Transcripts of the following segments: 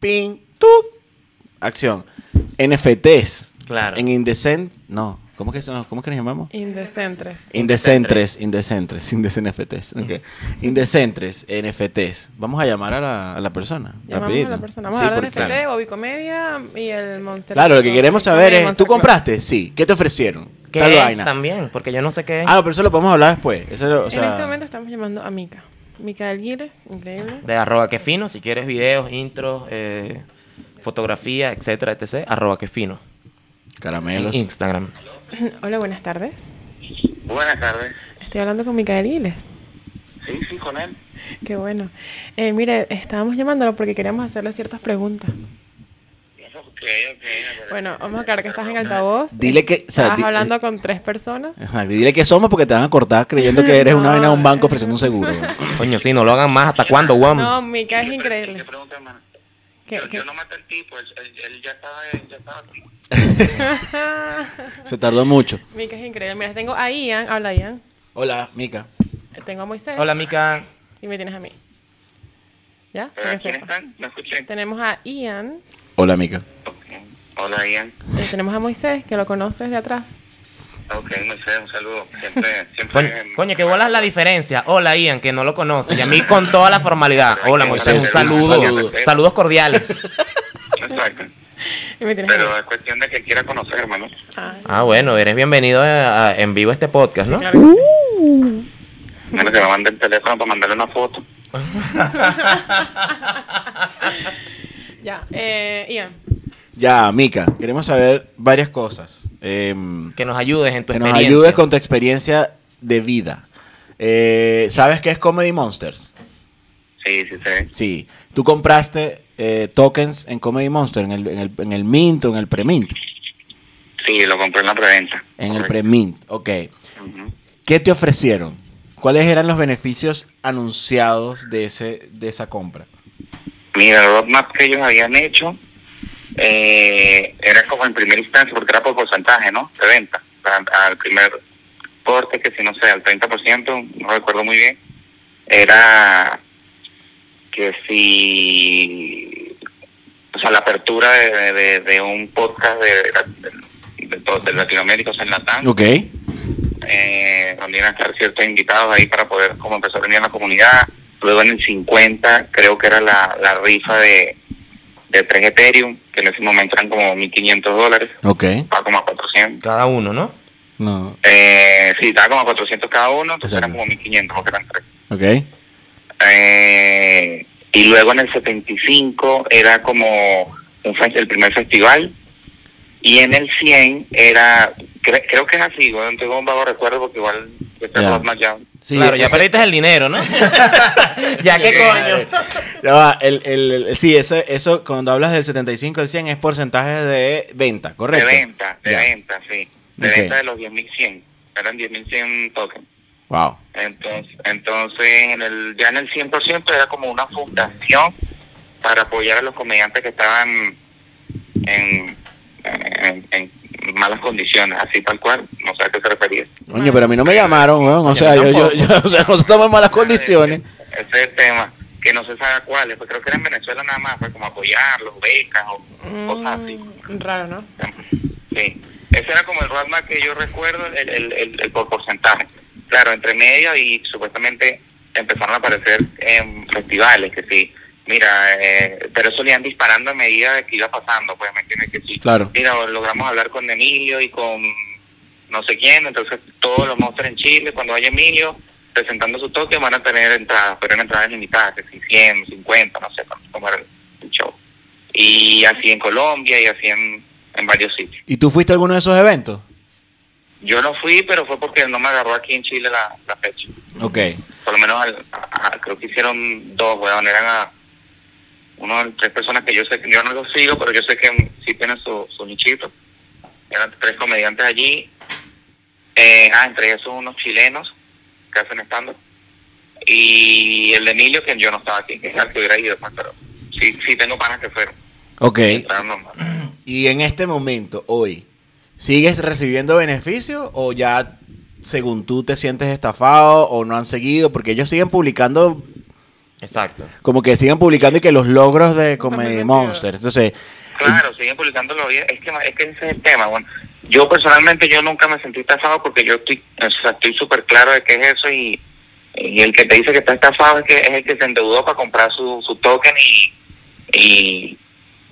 ping, tuc, acción. NFTs. Claro. En Indecent, no. ¿Cómo que, son- ¿Cómo que nos llamamos? Indecentes. Indecentes, indecentes, indecentes, ok. Indecentes, NFTs. Vamos a llamar a la, a la persona. Llamamos rapidito. a la persona. Vamos Sí, a hablar de porque- NFT, Bobby Comedia y el Monster Claro, lo que Club. queremos Y saber el es, Monster ¿tú Club. compraste? Sí. ¿Qué te ofrecieron? ¿Qué Tal es vaina. también? Porque yo no sé qué es. Ah, no, pero eso lo podemos hablar después. Eso, lo- o sea, en este momento estamos llamando a Mica. Mica del Guires, increíble. De arroba que fino, si quieres videos, intros, eh, fotografía, etcétera, etc. Arroba que fino. En Caramelos. Instagram. Hola, buenas tardes. Buenas tardes. Estoy hablando con Mica del Guires. Sí, sí, con él. Qué bueno. Eh, mire, estábamos llamándolo porque queríamos hacerle ciertas preguntas. Ok, ok. Bueno, vamos a aclarar que estás en altavoz. Dile que- o sea, Estás di- Eh, hablando con tres personas. Ajá, dile que somos porque te van a cortar creyendo que eres una vaina de un banco No. ofreciendo un seguro. Coño, sí, no lo hagan más. ¿Hasta cuándo, Guam? No, Mica es ¿Qué increíble. pregunta, hermano? ¿Qué- yo, qué? yo no maté al tipo, él, él- él ya estaba, él ya estaba aquí. Se tardó mucho. Mica es increíble. Mira, tengo a Ian, habla Ian. Hola, Mica. Tengo a Moisés. Hola, Mica. Y me tienes a mí. ¿Ya? ¿Pero Para que Eh, quién sepa. están? No escuché. Tenemos a Ian, Hola, Mica. Ok. Hola, Ian. eh, tenemos a Moisés, que lo conoces de atrás. Ok, Mercedes, un saludo. Siempre, Coño, siempre. coño, que bolas la diferencia. Hola, Ian, que no lo conoce. Y a mí con toda la formalidad. Hola, Moisés. Un saludo. Saludos cordiales. Exacto. Y me tienes a mí. Pero eh. es cuestión de que quiera conocer, hermano. Ah, Ah, bueno, eres bienvenido a- a- en vivo a este podcast, ¿no? claro que sí. Bueno, que me mande el teléfono para mandarle una foto. Ya, eh, Ian. Ya, Mica, queremos saber varias cosas. Em, Que nos ayudes en tu que nos experiencia. ayudes con tu experiencia de vida. Eh, ¿Sabes qué es Comedy Monsters? Sí, sí, sí. Sí. Tú compraste eh, tokens en Comedy Monster, en el, en el, en el Mint o en el Premint. Sí, lo compré en la preventa. En el Correcto. Premint, ok. Ujú. ¿Qué te ofrecieron? ¿Cuáles eran los beneficios anunciados de, ese, de esa compra? Mira, el roadmap que ellos habían hecho eh, era como en primera instancia, porque era por porcentaje, ¿no? De venta. Al, al primer porte, que si no sé, al 30%, no recuerdo muy bien, era que si. O sea, la apertura de, de- de un podcast de, de, de to- de Latinoamérica, o sea, en Latam, Ok, eh, donde iban a estar ciertos invitados ahí para poder como empezar a venir a la comunidad. Luego en el 50 creo que era la, la rifa de, de 3 Ethereum, que en ese momento eran como 1.500 dólares, ok. estaba como a 400. Cada uno, ¿no? No, Eh, sí, estaba como a 400 cada uno, entonces eran Exacto. como 1.500 porque eran tres. ok. Eh, y luego en el 75 era como un fe- el primer festival. Y en el 100 era, cre- creo que es así, bueno, tengo un vago recuerdo porque igual este Ya. roadmap ya Sí, claro, ya ese- perdiste el dinero, ¿no? ya que coño. Ya va, el, el- el- sí, eso, eso cuando hablas del 75 al 100 es porcentaje de venta, ¿correcto? De venta, de Ya. venta, sí. De Ok. venta de los 10.100. Eran 10.100 tokens. Wow. Entonces, entonces en el, ya en el 100% era como una fundación para apoyar a los comediantes que estaban en, en, en malas condiciones, así tal cual. No sé a qué se refería. Coño, pero a mí no me llamaron, weón. O Coño, sea, yo yo, yo, tampoco. yo- o sea, nosotros estamos en malas condiciones. Ese, ese es el tema, que no se sabe cuáles. Pues creo que era en Venezuela nada más, fue como apoyarlos, becas o cosas así. Mm, raro, ¿no? Sí, ese era como el roadmap que yo recuerdo, el, el, el, el por porcentaje. Claro, entre medio y supuestamente empezaron a aparecer en festivales, que sí, mira, eh, pero eso le iban disparando a medida de que iba pasando, pues me entiendes que sí. Claro. Mira, logramos hablar con Emilio y con no sé quién, entonces todos los monstruos en Chile, cuando vaya Emilio presentando su toque van a tener entradas, pero eran entradas limitadas, que sí, 100, 50, no sé cómo era el show. Y así en Colombia y así en, en varios sitios. ¿Y tú fuiste a alguno de esos eventos? Yo no fui, pero fue porque no me agarró aquí en Chile la, la fecha. Ok. Por lo menos al- a- a- creo que hicieron dos, weón. Eran a uno de tres personas que yo sé que yo no los sigo, pero yo sé que sí tienen su, su nichito. Eran tres comediantes allí. Eh, ah, entre ellos unos chilenos que hacen stand Y el de Emilio, que yo no estaba aquí, que es el que hubiera ido, pues, pero sí, sí tengo panas que fueron. Ok. Entraron nomás. Y en este momento, hoy, ¿sigues recibiendo beneficios o ya según tú te sientes estafado o no han seguido? Porque ellos siguen publicando Exacto. Como que sigan publicando y que los logros de Comedy Monster. Entonces, Claro, siguen publicando los videos. Es que, es que ese es el tema. Bueno, yo personalmente yo nunca me sentí estafado porque yo estoy o sea, estoy súper claro de qué es eso y, y el que te dice que está estafado es, que, es el que se endeudó para comprar su, su token y, y,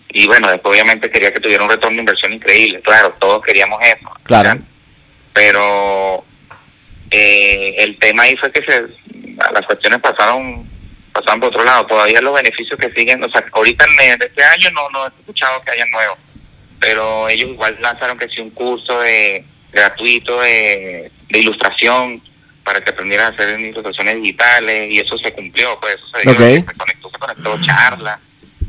y bueno, después obviamente quería que tuviera un retorno de inversión increíble. Claro, todos queríamos eso. Claro. Pero eh, el tema ahí fue que se, las cuestiones pasaron pasaron por otro lado. Todavía los beneficios que siguen, o sea, ahorita en el- de este año no, no he escuchado que haya nuevos, pero ellos igual lanzaron que sí un curso de gratuito de, de ilustración para que aprendieras a hacer ilustraciones digitales y eso se cumplió, pues eso se, dio, Ok. se conectó, se conectó charla,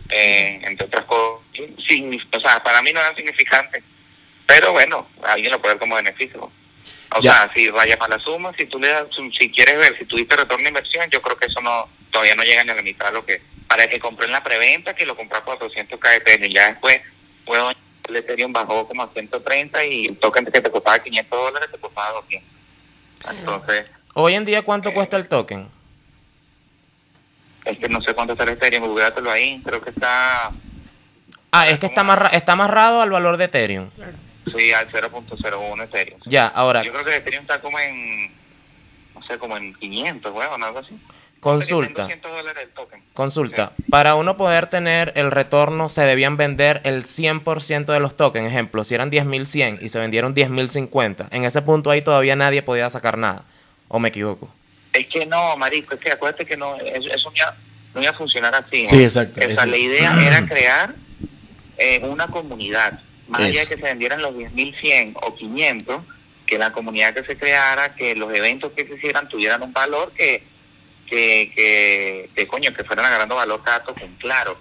eh, entre otras cosas. Signi- O sea, para mí no eran significantes, pero bueno, alguien lo puede ver como beneficio. O Ya. sea, si vaya para la suma, si tú le das- si quieres ver, si tuviste retorno de inversión, yo creo que eso no todavía no llega ni a la mitad de lo que para el que compré en la preventa, que lo compré a 400 KTN y ya después bueno, el Ethereum bajó como a 130 y el token que te costaba 500 dólares te costaba 200. Entonces, Hoy en día, Eh, ¿cuánto cuesta el token? es que no sé cuánto está el Ethereum, googleatelo ahí, creo que está Ah, es que está, amarra- está amarrado al valor de Ethereum. sí al 0.01 Ethereum. Ya, ahora, Yo creo que Ethereum está como en no sé, como en 500, weón, algo así. consulta. 200 dólares el token. Consulta, para uno poder tener el retorno se debían vender el 100% de los tokens. Ejemplo, si eran 10.100 y se vendieron 10.050, en ese punto ahí todavía nadie podía sacar nada. ¿O me equivoco? Es que no, marico, es que acuérdate que no, es- eso no iba, no iba a funcionar así. Sí, ¿no? exacto, O sea, eso. la idea era crear eh, una comunidad. Más allá de Eso. que se vendieran los 10.100 o 500, que la comunidad que se creara, que los eventos que se hicieran tuvieran un valor que, que, que, que coño, que fueran agarrando valor cada token. Claro,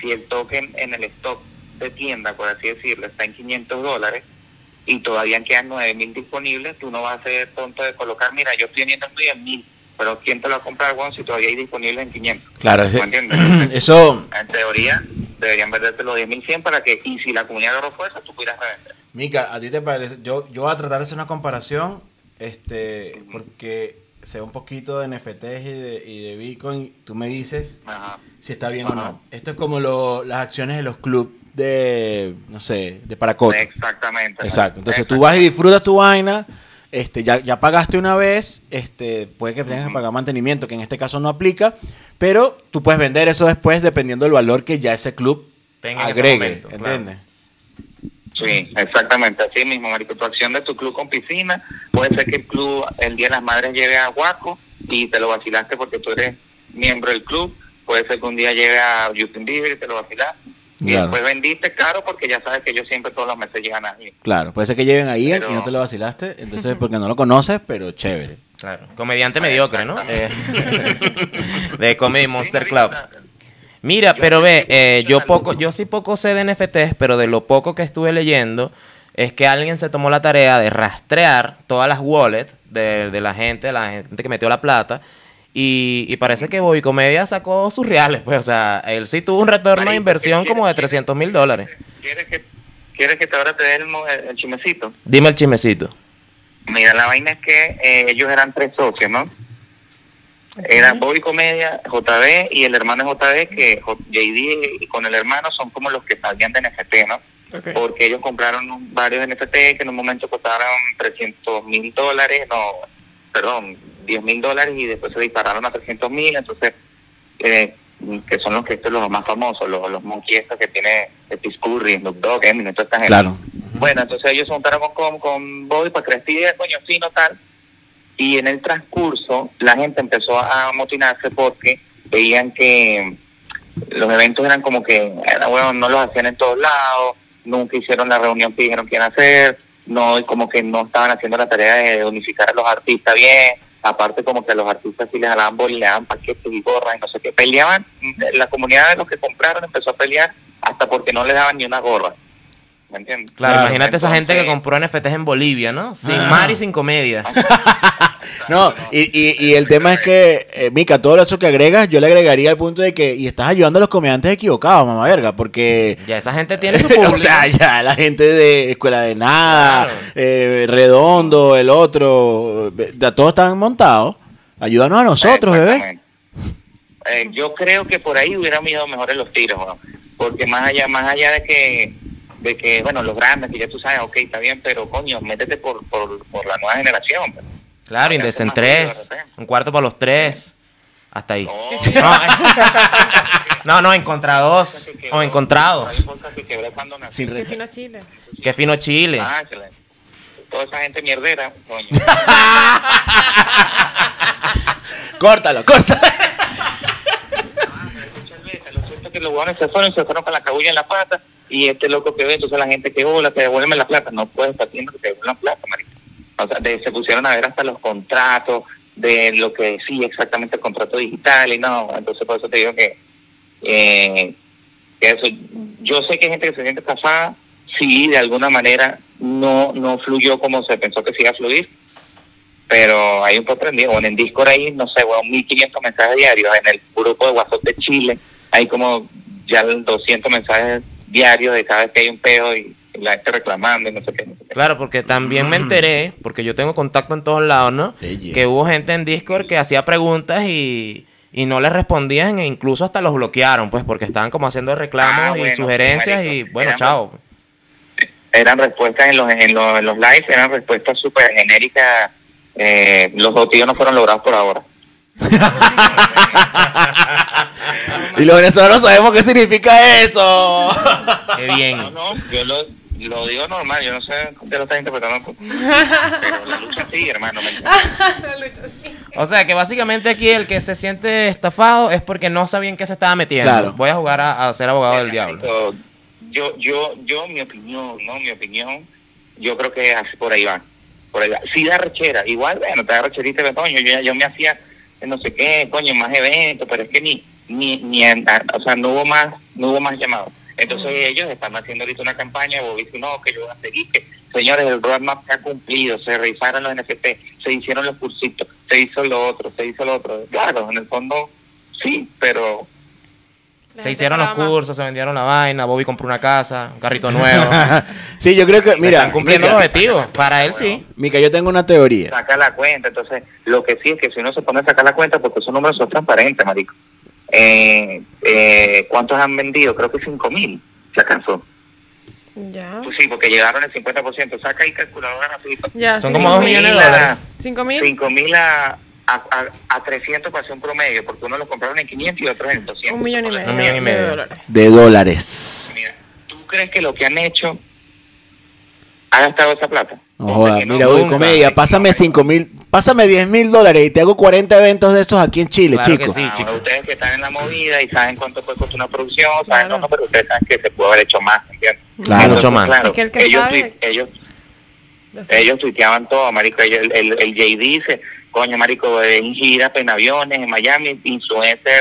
si el token en el stock de tienda, por así decirlo, está en 500 dólares, y todavía quedan 9000 disponibles, tú no vas a ser tonto de colocar, mira, yo estoy vendiendo en 10000, pero ¿quién te lo va a comprar, weón, si todavía hay disponible en 500? claro, ¿Me ese- entiendes? eso. En teoría, deberían venderte los 10.100 para que, y si la comunidad agarró fuerza, tú pudieras revender. Mica, ¿a ti te parece? Yo, yo voy a tratar de hacer una comparación, este, porque sea un poquito de NFTs y de, y de Bitcoin, tú me dices Ajá. si está bien o Ajá. no. Esto es como lo- las acciones de los clubes de, no sé, de Paracoto. Exactamente. Exacto. Entonces tú vas y disfrutas tu vaina. Este, ya, ya pagaste una vez, este, puede que tengas que Ujú. pagar mantenimiento, que en este caso no aplica, pero tú puedes vender eso después dependiendo del valor que ya ese club Tenga en ese agregue, momento, claro. ¿entiendes? Sí, exactamente, así mismo, marico. Tu acción de tu club con piscina, puede ser que el club el Día de las Madres lleve a Guaco y te lo vacilaste porque tú eres miembro del club, puede ser que un día lleve a Justin Bieber y te lo vacilaste. Y Claro. después vendiste caro porque ya sabes que ellos siempre todos los meses llegan a mí. Claro, puede ser que lleguen ahí Pero- y no te lo vacilaste, entonces porque no lo conoces, pero chévere. Claro. Comediante mediocre, ¿no? Eh, de Comedy Monster Club. Mira, Yo pero ve, sé que eh, mucho yo salud. poco, yo sí poco sé de NFTs, pero de lo poco que estuve leyendo es que alguien se tomó la tarea de rastrear todas las wallets de, de la gente, de la gente que metió la plata. Y, y parece que Bobby Comedia sacó sus reales, pues, o sea, él sí tuvo un retorno de Marico, inversión ¿qué como de quieres? 300 mil dólares. ¿Quieres que, quieres que te ahora te dé el, mo- el chimecito? Dime el chismecito. Mira, la vaina es que eh, ellos eran tres socios, ¿no? Era Bobby Comedia, JB y el hermano de JB, que J- JD y con el hermano son como los que salían de NFT, ¿no? Ok. Porque ellos compraron un- varios NFT que en un momento costaron 300 mil dólares, no, perdón, 10 mil dólares y después se dispararon a 300 mil, entonces, eh, que son los que estos los más famosos, los, los monkey estos que tiene Steve Curry, Snoop Dogg, Eminem, toda esta gente. Claro. Bueno, entonces ellos se juntaron con, con Bobby para crear esta idea, coño, fino, tal. Y en el transcurso, la gente empezó a amotinarse porque veían que los eventos eran como que, era, bueno, no los hacían en todos lados, nunca hicieron la reunión que dijeron que iban a hacer, no, y como que no estaban haciendo la tarea de unificar a los artistas bien, aparte como que a los artistas sí les jalaban boli, le daban paquetes y gorras y no sé qué, peleaban, la comunidad de los que compraron empezó a pelear hasta porque no les daban ni una gorra. ¿Me entiendes? Claro, Claro. imagínate esa gente que Entonces- eh, compró NFTs en Bolivia, ¿no? Sin Ah. mar y sin comedia. No, y, y- y el tema es que, eh, Mica, todo eso que agregas, yo le agregaría al punto de que, y estás ayudando a los comediantes equivocados, mamá verga, porque... Ya esa gente tiene su público. o sea, ya la gente de Escuela de Nada, Claro. eh, Redondo, el otro, eh, ya todos están montados. Ayúdanos a nosotros, bebé. Exactamente. Eh, yo creo que por ahí hubieran ido mejores los tiros, weón. porque más allá más allá de que, de que bueno, los grandes, que ya tú sabes, ok, está bien, pero coño, métete por, por, por la nueva generación. pues. weón. Claro, Acá Indecent hace más ruido de 3, repente. un cuarto para los tres. Hasta ahí. eh. No. No, no, encontrados. Podcast que quebró, O hay encontrados. un podcast que quebró cuando nací. Sin Que res- si no Chile. Qué fino Chile. Ah, excelente. Toda esa gente mierdera, coño. Córtalo, córtalo. Muchas veces, lo cierto es que los huevones se fueron, se fueron con la cabulla en la pata y este loco que ve, entonces la gente que bola, te devuelve la plata. No puedes estar pidiendo que te devuelvan plata, marico. O sea, de- se pusieron a ver hasta los contratos, de lo que decía exactamente el contrato digital y no. Entonces, por eso te digo que, eh, que eso, yo sé que hay gente que se siente estafada, sí, de alguna manera no, no fluyó como se pensó que se iba a fluir, pero hay un poco prendido. Bueno, en Discord ahí, no sé, bueno, 1500 mensajes diarios. En el grupo de WhatsApp de Chile hay como ya 200 mensajes diarios de cada vez que hay un peo y la gente reclamando y no sé qué. no sé qué. Claro, porque también me enteré, porque yo tengo contacto en todos lados, ¿no? Ella. Que hubo gente en Discord que hacía preguntas y, y no les respondían e incluso hasta los bloquearon, pues, porque estaban como haciendo reclamos Ah, bueno, y sugerencias sí, y marico. bueno, Eran- chao. Eran respuestas en los, en los, en los lives, eran respuestas súper genéricas. Eh, los objetivos no fueron logrados por ahora. Y los venezolanos sabemos qué significa eso. Qué bien. No, no, yo lo, lo digo normal, yo no sé cómo te lo estás interpretando. Pero la lucha sí, hermano. ¿me entiendes? La lucha sí. O sea, que básicamente aquí el que se siente estafado es porque no sabía en qué se estaba metiendo. Claro. Voy a jugar a, a ser abogado del diablo. Yo- Yo, yo, yo, mi opinión, no, mi opinión, yo creo que así por ahí va. Por ahí va. Sí da rechera, igual, bueno, te da recherita, pero coño, yo, yo me hacía eh, no sé qué, coño, más eventos, pero es que ni, ni, ni, en- o sea, no hubo más, no hubo más llamados. Entonces ellos están haciendo ahorita una campaña, vos dices, no, que yo voy a seguir, que señores, el roadmap se ha cumplido, se revisaron los NFT, se hicieron los cursitos, se hizo lo otro, se hizo lo otro. Claro, en el fondo, sí, pero La Se gente hicieron los paga más. cursos, se vendieron la vaina, Bobby compró una casa, un carrito nuevo. sí, yo creo que, Mira, mira, cumpliendo los Mica, objetivos. Para él sí. Mica, yo tengo una teoría. sacar la cuenta. Entonces, lo que sí es que si uno se pone a sacar la cuenta, porque esos números son transparentes, marico. Eh, eh, ¿Cuántos han vendido? Creo que 5 mil, se alcanzó. Ya. Pues sí, porque llegaron el 50%. Saca ahí calculadora rapidito. Ya, Son sí, como cinco dos mil. millones de dólares. ¿Cinco mil? 5 mil a, a, a, a 300 para hacer un promedio, porque unos los compraron en 500 y otros en 200. Un millón y medio. Un millón y medio. De dólares. De dólares. Mira, ¿tú crees que lo que han hecho ha gastado esa plata? No joda, Que no, mira, uy, nunca. comedia, pásame 5 mil, pásame 10 mil dólares y te hago 40 eventos de estos aquí en Chile, Claro que chico. sí. Ah, chicos. Ustedes que están en la movida y saben cuánto puede costar una producción, saben Claro. no, no, pero ustedes saben que se pudo haber hecho más, ¿entiendes? Claro. Entonces, Mucho más. Claro, Es que el que ellos, sabe- tui- ellos, Ya sé. ellos tuiteaban todo, marico. ellos- el, el, el Jay dice, coño, marico, en giras, en aviones, en Miami, influencer,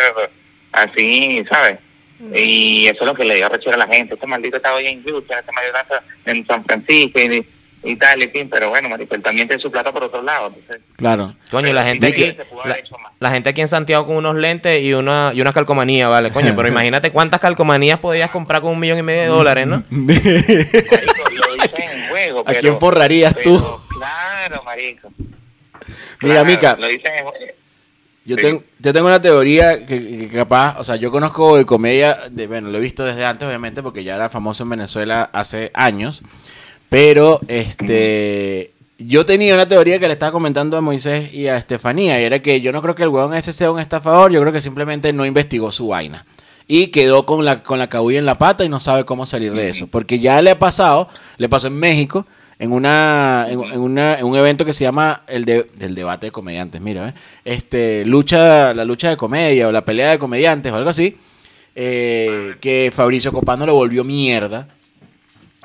así, ¿sabes? Mm. Y eso es lo que le dio a rechazar a la gente. Este maldito está hoy en Houston, este maldito está en San Francisco y, y tal, y fin. Pero bueno, marico, él también tiene su plata por otro lado. Entonces, Claro. Coño, la gente Vicky. aquí, la, la gente aquí en Santiago con unos lentes y una, y una calcomanía, ¿vale? Coño, pero imagínate cuántas calcomanías podías comprar con un millón y medio de dólares, ¿no? marico, lo dicen en juego. ¿A pero- quién forrarías pero tú? Claro, marico. Mira, Claro, Mica, Lo dicen en juego. Yo, Sí. tengo, yo tengo una teoría que, que capaz, o sea, yo conozco de comedia, de, bueno, lo he visto desde antes, obviamente, porque ya era famoso en Venezuela hace años, pero este, yo tenía una teoría que le estaba comentando a Moisés y a Estefanía, y era que yo no creo que el huevón ese sea un estafador, yo creo que simplemente no investigó su vaina. Y quedó con la, con la cabulla en la pata y no sabe cómo salir de eso. Porque ya le ha pasado, le pasó en México, en una, en, en una en un evento que se llama el de, del debate de comediantes, mira, ¿eh? este lucha la lucha de comedia o la pelea de comediantes o algo así, eh, que Fabricio Copano lo volvió mierda.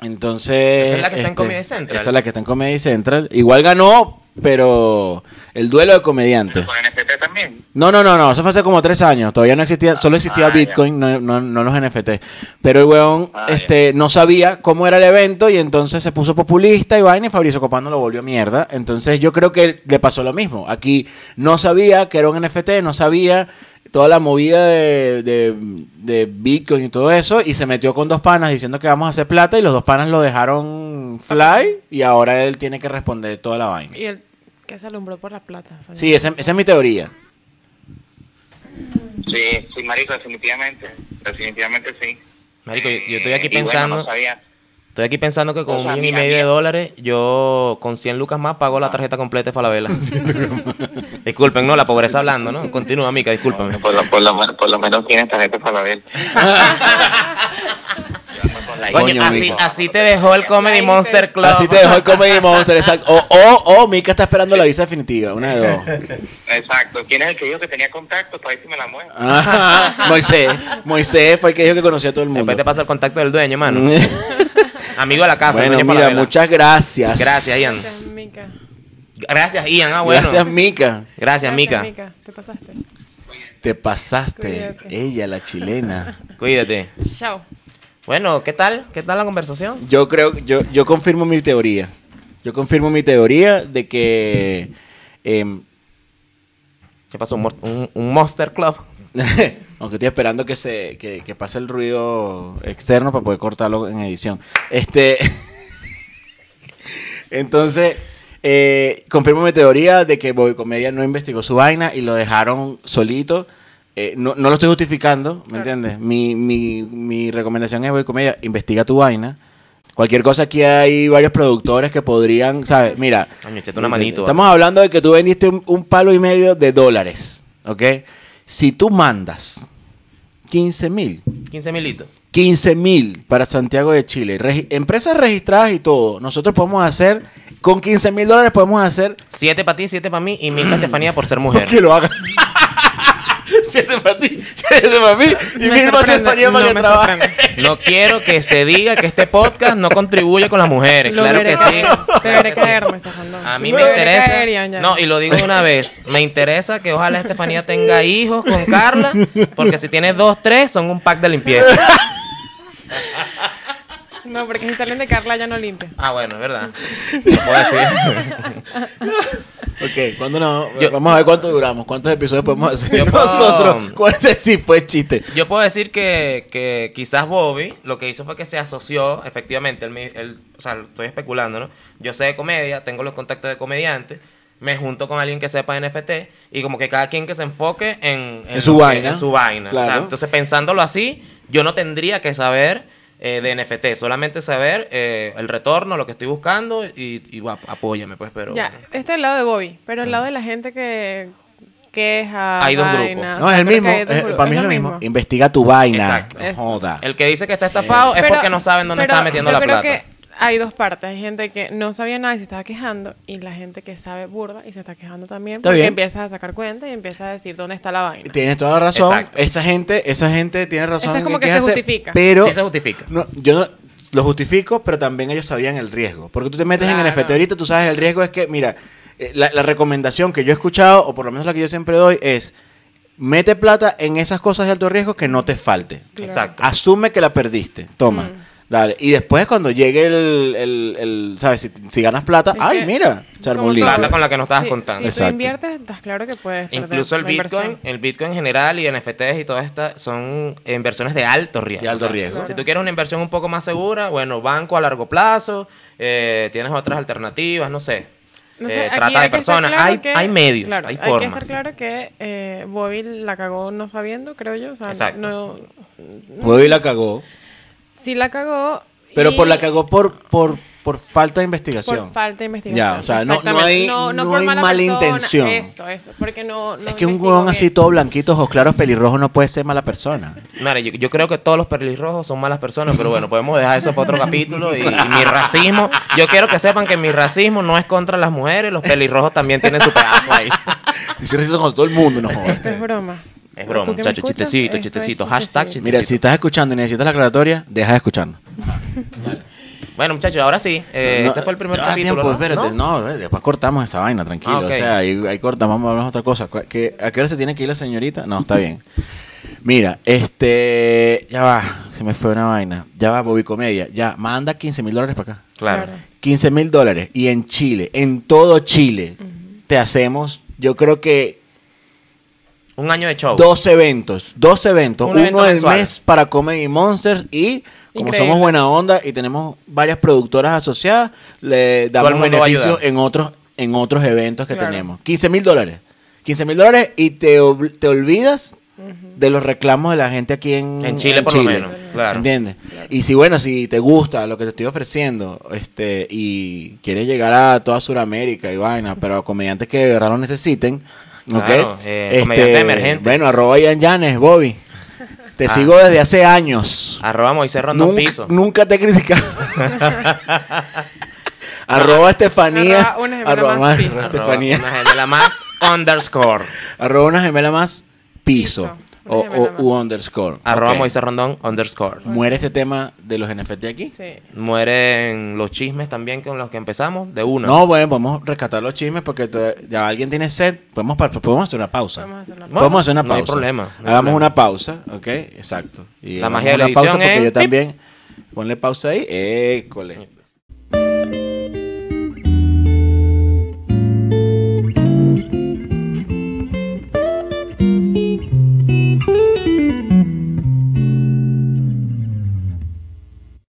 Entonces, Esa es la que está en este, Comedy Central. Esa es la que está en Comedy Central. Igual ganó, pero el duelo de comediantes. Con NFT también. No, no, no, no, eso fue hace como tres años. Todavía no existía, solo existía Ah, ya. Bitcoin, no, no, no los NFT. Pero el weón Ah, ya. este, no sabía cómo era el evento y entonces se puso populista y vaina y Fabrizio Copano lo volvió mierda. Entonces yo creo que le pasó lo mismo. Aquí no sabía que era un NFT, no sabía toda la movida de, de, de Bitcoin y todo eso y se metió con dos panas diciendo que vamos a hacer plata y los dos panas lo dejaron fly y ahora él tiene que responder toda la vaina. Y el que se alumbró por la plata. soy Sí, esa, esa es mi teoría. Sí, sí, marico, definitivamente. Definitivamente sí. Marico, yo, yo estoy Eh, aquí y bueno, pensando. no sabía. Estoy aquí pensando que con O sea, un millón y mira, medio de mira. dólares, yo con 100 lucas más pago la tarjeta completa de Falabella. Disculpen, no, la pobreza hablando, ¿no? Continúa, Mica, discúlpame. Por lo, por lo, por lo menos tienes tarjeta para ver. Coño, Coño, así, Mica. así te dejó el Comedy Monster Club. Así te dejó el Comedy Monster, exacto. O, o, o Mika está esperando la visa definitiva, una de dos. Exacto. ¿Quién es el que dijo que tenía contacto? Para ver si me la muevo. Ajá. Ah, Moisés. Moisés fue el que dijo que conocía a todo el mundo. Después te pasa el contacto del dueño, mano. Ah, Amigo de la casa, bueno, dueño mira, Falabella. muchas gracias. Gracias, Ian. Gracias, Mica. Gracias, Ian. Ah, bueno. Gracias, Gracias, Mika. Mica. Te pasaste. Te pasaste. Cuídate. Ella, la chilena. Cuídate. Chao. Bueno, ¿qué tal? ¿Qué tal la conversación? Yo creo, yo, yo confirmo mi teoría. Yo confirmo mi teoría de que. em, ¿Qué pasó? ¿Un, mor- un- un Monster Club? Aunque estoy esperando que se que, que pase el ruido externo para poder cortarlo en edición. Este. Entonces, eh, confirmo mi teoría de que Bobby Comedia no investigó su vaina y lo dejaron solito. Eh, no, no lo estoy justificando, ¿me entiendes? Mi, mi, mi recomendación es, Bobby Comedia, investiga tu vaina. Cualquier cosa, aquí hay varios productores que podrían, ¿sabes? Mira, Coño, échate una manito. Estamos hablando de que tú vendiste un, un palo y medio de dólares, ¿ok? Si tú mandas 15 mil, 15 militos. 15 mil para Santiago de Chile, regi- empresas registradas y todo, nosotros podemos hacer, con 15 mil dólares podemos hacer... Siete para ti, siete para mí y mil para Estefanía por ser mujer. Que lo haga. Siete para ti, siete para mí y Me mil para sorprende, Estefanía para no que me trabaje. sorprende. No quiero que se diga que este podcast no contribuye con las mujeres. Lo Eh, claro veré que sí. caer, Te Claro veré que sí. caerme, Sajandón. A mí Te me veré interesa. caer, Ian, ya. No, y lo digo de una vez. Me interesa que ojalá Estefanía tenga hijos con Carla, porque si tiene dos, tres, son un pack de limpieza. No, porque si salen de Carla ya no limpia. Ah, bueno, es verdad. Lo puedo decir. Ok, ¿cuándo no? Yo- Vamos a ver cuánto duramos, cuántos episodios podemos hacer Yo puedo- nosotros con este tipo de chistes. Yo puedo decir que, que quizás Bobby lo que hizo fue que se asoció, efectivamente, él, me- él- o sea, estoy especulando, ¿no? Yo sé de comedia, tengo los contactos de comediantes, me junto con alguien que sepa NFT y como que cada quien que se enfoque en, En su lo que- vaina. en su vaina. O sea, Claro. entonces, pensándolo así, yo no tendría que saber eh, de NFT, solamente saber eh, el retorno, lo que estoy buscando y, y bueno, apóyame, pues, pero... Ya, este es el lado de Bobby, pero el lado de la gente que queja. Hay dos vaina, grupos. o No, sea, es el creo mismo. Ah, que hay dos es- grupos. para mí es lo mismo. Investiga tu vaina. Exacto. No Es- Joda. El que dice que está estafado es Eh. Pero- porque no saben dónde pero está metiendo yo la plata. creo que hay dos partes. Hay gente que no sabía nada y se estaba quejando, y la gente que sabe burda y se está quejando también. Está porque bien. empieza a sacar cuenta y empieza a decir dónde está la vaina. Tienes toda la razón. Exacto. Esa gente, esa gente tiene razón. Esa es en como que se quejarse, justifica. Pero Sí se justifica. no, yo no- lo justifico, pero también ellos sabían el riesgo. Porque tú te metes en Claro. NFT ahorita, tú sabes el riesgo es que, mira, eh, la, la recomendación que yo he escuchado, o por lo menos la que yo siempre doy, es mete plata en esas cosas de alto riesgo que no te falte. Claro. Exacto. Asume que la perdiste. Toma. Mm. Dale. Y después cuando llegue el, el- el- ¿sabes? Si, si ganas plata, Es ay, que- mira, se armó como un todo. lío. Plata con la que no estabas Si- contando. Si Exacto. tú inviertes, estás claro que puedes. perder Incluso el la inversión. Bitcoin, el Bitcoin en general y NFT y todas estas son eh, inversiones de alto riesgo. De alto riesgo. Si Claro. tú quieres una inversión un poco más segura, bueno, banco a largo plazo, eh, tienes otras alternativas, no sé. No Eh, sé, aquí trata de hay que estar personas, claro hay, que- hay medios, claro, hay Hay que formas. estar claro que eh, Bobby la cagó no sabiendo, creo yo. O sea, Exacto. no. Huevo y la cagó. Sí la cagó. Pero y- por la cagó por, por, por falta de investigación. Por falta de investigación. Ya, o sea, no- no exactamente. hay- no hay mala intención. Eso, eso. Porque no. no es que un investigó huevón bien. así todo blanquito, ojos claros, pelirrojo no puede ser mala persona. Mira, yo, yo creo que todos los pelirrojos son malas personas, pero bueno, podemos dejar eso para otro capítulo. Y, y mi racismo, yo quiero que sepan que mi racismo no es contra las mujeres, los pelirrojos también tienen su pedazo ahí. Dice risa con todo el mundo, no jodas. Esto es broma. Es broma, ¿Tú que me muchachos, escuchas? chistecito, Esto es chistecito, hashtag chistecito. Mira, si estás escuchando y necesitas la aclaratoria, deja de escucharnos. Bueno, muchachos, ahora sí. eh, No, este fue el primer no da capítulo. tiempo, ¿no? espérate. ¿No? ¿no? eh, después cortamos esa vaina, tranquilo. Ah, ok. O sea, ahí, ahí cortamos, vamos a hablar de otra cosa. ¿Cu- qué- ¿A qué hora se tiene que ir la señorita? No, está bien. Mira, este. Ya va, se me fue una vaina. Ya va, Bobby Comedia. Ya, manda 15 mil dólares para acá. Claro. Claro. 15 mil dólares y en Chile, en todo Chile, te hacemos, yo creo que Un año de show. dos eventos, dos eventos, Un uno evento al mensual. mes para Comedy Monsters y como Increíble. somos buena onda y tenemos varias productoras asociadas, le damos mundo va a beneficios ayudar. en otros, en otros eventos que Claro. tenemos. 15 mil dólares. 15 mil dólares y te, ob- te olvidas de los reclamos de la gente aquí en, En Chile, por lo menos, claro. ¿Entiendes? Y si, bueno, si te gusta lo que te estoy ofreciendo este y quieres llegar a toda Sudamérica y vaina, pero a comediantes que de verdad lo necesiten, ¿ok? Este, Claro, eh, comediante emergente. Bueno, arroba Ian Llanes, Bobby. Te Ah. sigo desde hace años. Arroba Moisés Rondón Nunca, Piso. nunca te he criticado. arroba Estefanía. Arroba una gemela más piso. arroba Arroba Estefanía. una gemela más underscore. Arroba una gemela más piso. Piso. O, Una gemela o- más. u underscore. Arroba Ok. Moisés Rondón underscore. ¿Muere este tema de los NFT aquí? Sí. Mueren los chismes también con los que empezamos de una. No, bueno, podemos rescatar los chismes porque to- ya alguien tiene sed. Podemos, pa- podemos hacer una pausa. Vamos a hacer una Bueno, podemos hacer una no pausa. hay problema, no hay Hagamos problema. una pausa, ¿ok? Exacto. Y La hagamos magia de la una pausa edición porque es yo pip. también. Ponle pausa ahí. École.